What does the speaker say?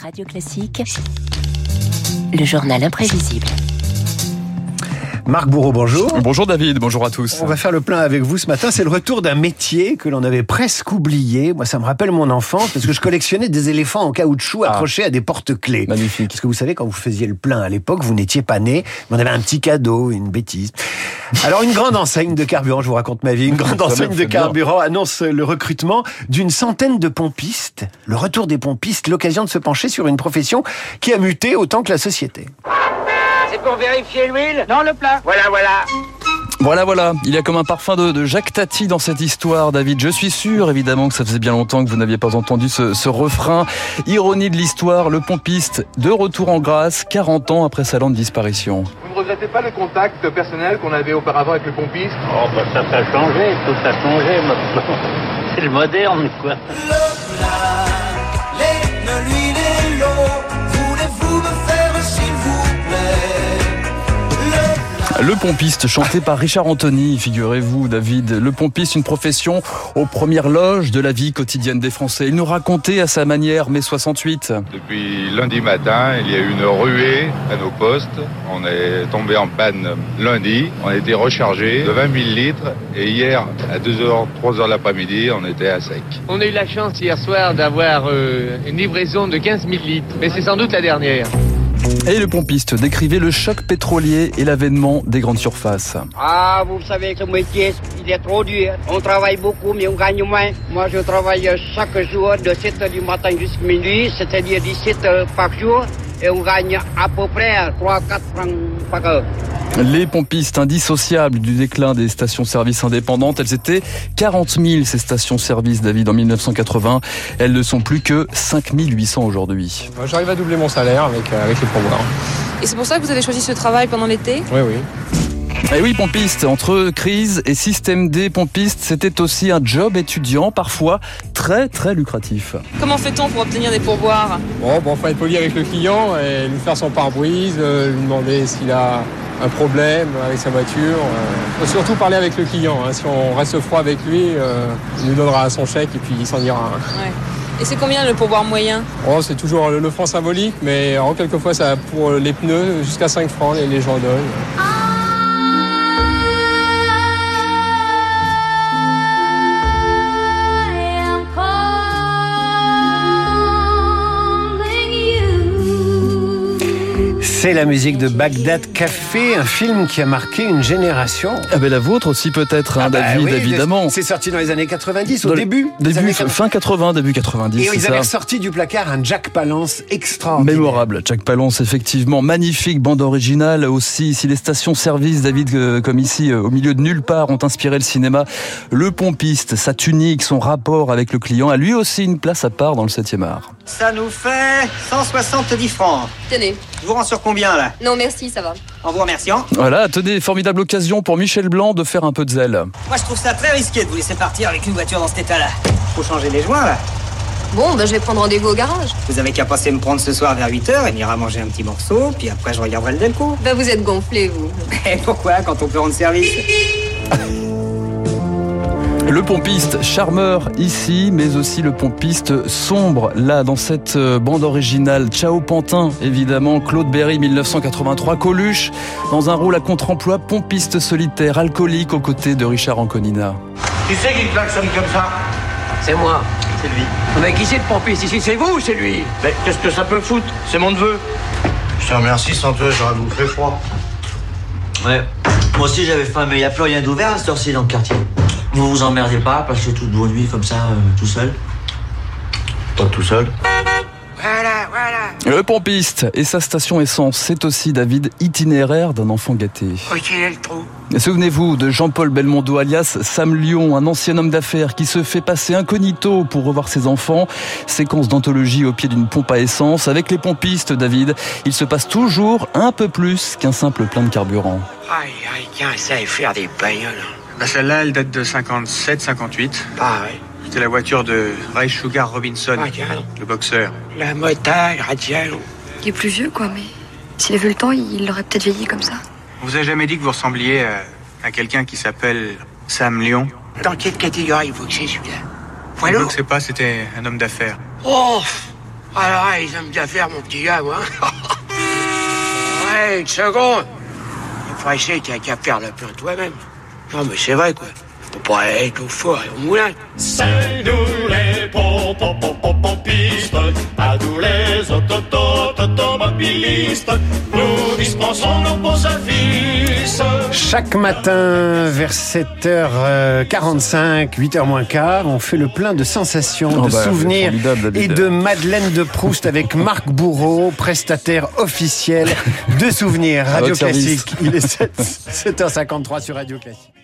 Radio Classique, le journal imprévisible. Marc Bourreau, bonjour. Bonjour David, bonjour à tous. On va faire le plein avec vous ce matin. C'est le retour d'un métier que l'on avait presque oublié. Moi, ça me rappelle mon enfance parce que je collectionnais des éléphants en caoutchouc accrochés à des porte-clés. Magnifique. Parce que vous savez, quand vous faisiez le plein à l'époque, vous n'étiez pas né, mais on avait un petit cadeau, une bêtise. Alors, une grande enseigne de carburant, je vous raconte ma vie, une grande Ça me enseigne de fait bien. carburant annonce le recrutement d'une centaine de pompistes. Le retour des pompistes, l'occasion de se pencher sur une profession qui a muté autant que la société. C'est pour vérifier l'huile Non, le plat. Voilà, voilà. Voilà, voilà. Il y a comme un parfum de, de Jacques Tati dans cette histoire, David. Je suis sûr, évidemment, que ça faisait bien longtemps que vous n'aviez pas entendu ce, ce refrain. Ironie de l'histoire, le pompiste, de retour en grâce, 40 ans après sa lente disparition. Vous ne regrettez pas le contact personnel qu'on avait auparavant avec le pompiste Oh, bah ça, ça a changé, tout a changé maintenant. C'est le moderne, quoi. L'hymne, l'huile et l'eau, voulez-vous me faire s'il vous plaît Le Le pompiste, chanté par Richard Anthony, figurez-vous, David. Le pompiste, une profession aux premières loges de la vie quotidienne des Français. Il nous racontait à sa manière mai 68. Depuis lundi matin, il y a eu une ruée à nos postes. On est tombé en panne lundi. On a été rechargé de 20 000 litres. Et hier, à 2h, 3h l'après-midi, on était à sec. On a eu la chance hier soir d'avoir euh, une livraison de 15 000 litres, mais c'est sans doute la dernière. Et le pompiste décrivait le choc pétrolier et l'avènement des grandes surfaces. Ah, vous savez, ce métier, il est trop dur. On travaille beaucoup, mais on gagne moins. Moi, je travaille chaque jour de 7 h du matin jusqu'à minuit, c'est-à-dire 17 heures par jour. Et on gagne à peu près 3-4 francs par heure. Les pompistes indissociables du déclin des stations-service indépendantes, elles étaient 40 000 ces stations-service, David, en 1980. Elles ne sont plus que 5 800 aujourd'hui. J'arrive à doubler mon salaire avec, euh, avec le pourboire. Et c'est pour ça que vous avez choisi ce travail pendant l'été Oui, oui. Et Eh oui, pompistes, entre crise et système D, pompistes, c'était aussi un job étudiant, parfois très très lucratif. Comment fait-on pour obtenir des pourboires Bon, bon, faut être poli avec le client et lui faire son pare-brise, euh, lui demander s'il a un problème avec sa voiture. euh. Faut surtout parler avec le client. hein. Si on reste froid avec lui, euh, il nous donnera son chèque et puis il s'en ira. hein. Et c'est combien le pourboire moyen Oh, c'est toujours le, le franc symbolique, mais alors, quelquefois ça pour les pneus jusqu'à 5 francs les, les gens donnent. C'est la musique de Bagdad Café, un film qui a marqué une génération. Ah ben la vôtre aussi peut-être, hein, Ah bah David, oui, évidemment. C'est sorti dans les années 90, au Dans le- début. des Début, années fin 80, début 90, Et c'est ils ça avaient sorti du placard un Jack Palance extraordinaire. Mémorable, Jack Palance, effectivement, magnifique bande originale aussi. Si les stations-service, David, euh, comme ici, euh, au milieu de nulle part, ont inspiré le cinéma, le pompiste, sa tunique, son rapport avec le client, a lui aussi une place à part dans le 7e art. Ça nous fait 170 francs. Tenez. Je vous rends sur combien, là Non, merci, ça va. En vous remerciant. Voilà, tenez, formidable occasion pour Michel Blanc de faire un peu de zèle. Moi, je trouve ça très risqué de vous laisser partir avec une voiture dans cet état-là. Faut changer les joints, là. Bon, ben, je vais prendre rendez-vous au garage. Vous avez qu'à passer me prendre ce soir vers 8h, on ira manger un petit morceau, puis après, je regarderai le Delco. Ben, vous êtes gonflé, vous. Et pourquoi, quand on peut rendre service Le pompiste charmeur ici, mais aussi le pompiste sombre là dans cette euh, bande originale. Ciao Pantin, évidemment, Claude Berry 1983, Coluche dans un rôle à contre-emploi, pompiste solitaire, alcoolique aux côtés de Richard Anconina. Tu sais qu'il klaxonne comme ça C'est moi. C'est lui. Mais qui c'est le pompiste ici C'est vous ou c'est lui Mais qu'est-ce que ça peut foutre C'est mon neveu. Je te remercie, sans toi, j'aurais bouffé froid. Ouais. Moi aussi j'avais faim, mais il n'y a plus rien d'ouvert à cette heure-ci dans le quartier. Vous vous emmerdez pas, passez toutes vos nuits comme ça, euh, tout seul. Pas tout seul. Le pompiste et sa station essence, c'est aussi David itinéraire d'un enfant gâté. Et Souvenez-vous de Jean-Paul Belmondo alias Sam Lyon, un ancien homme d'affaires qui se fait passer incognito pour revoir ses enfants. Séquence d'anthologie au pied d'une pompe à essence avec les pompistes, David. Il se passe toujours un peu plus qu'un simple plein de carburant. Aïe, aïe, tiens, ça à faire des bagnoles. Bah celle-là, elle date de 57-58. Bah ouais. C'était la voiture de Ray Sugar Robinson, Ah, tiens. le boxeur. La motaille, radial. Il est plus vieux, quoi, mais s'il avait eu le temps, il aurait peut-être vieilli comme ça. On vous a jamais dit que vous ressembliez à, à quelqu'un qui s'appelle Sam Lyon Dans quelle catégorie vous que c'est celui-là Poids Je lourd sais pas, c'était un homme d'affaires. Oh Alors, ouais, Ah, ils aiment bien faire, mon petit gars, moi. ouais, une seconde. Faut pas essayer, t'as qu'à faire le plein toi-même. Non, mais c'est vrai, quoi. Faut pas être au four et au moulin. C'est nous les pom pom pom pom pompistes, à nous les auto automobilistes, nous dispensons nos bons services. Chaque matin, vers euh, 7h45, 8h moins quart, on fait le plein de sensations, Oh de bah, souvenirs c'est formidable, la et leader. de Madeleine de Proust avec Marc Bourreau, prestataire officiel de souvenirs À Radio Ah, votre service. Classique. Il est 7, 7h53 sur Radio Classique.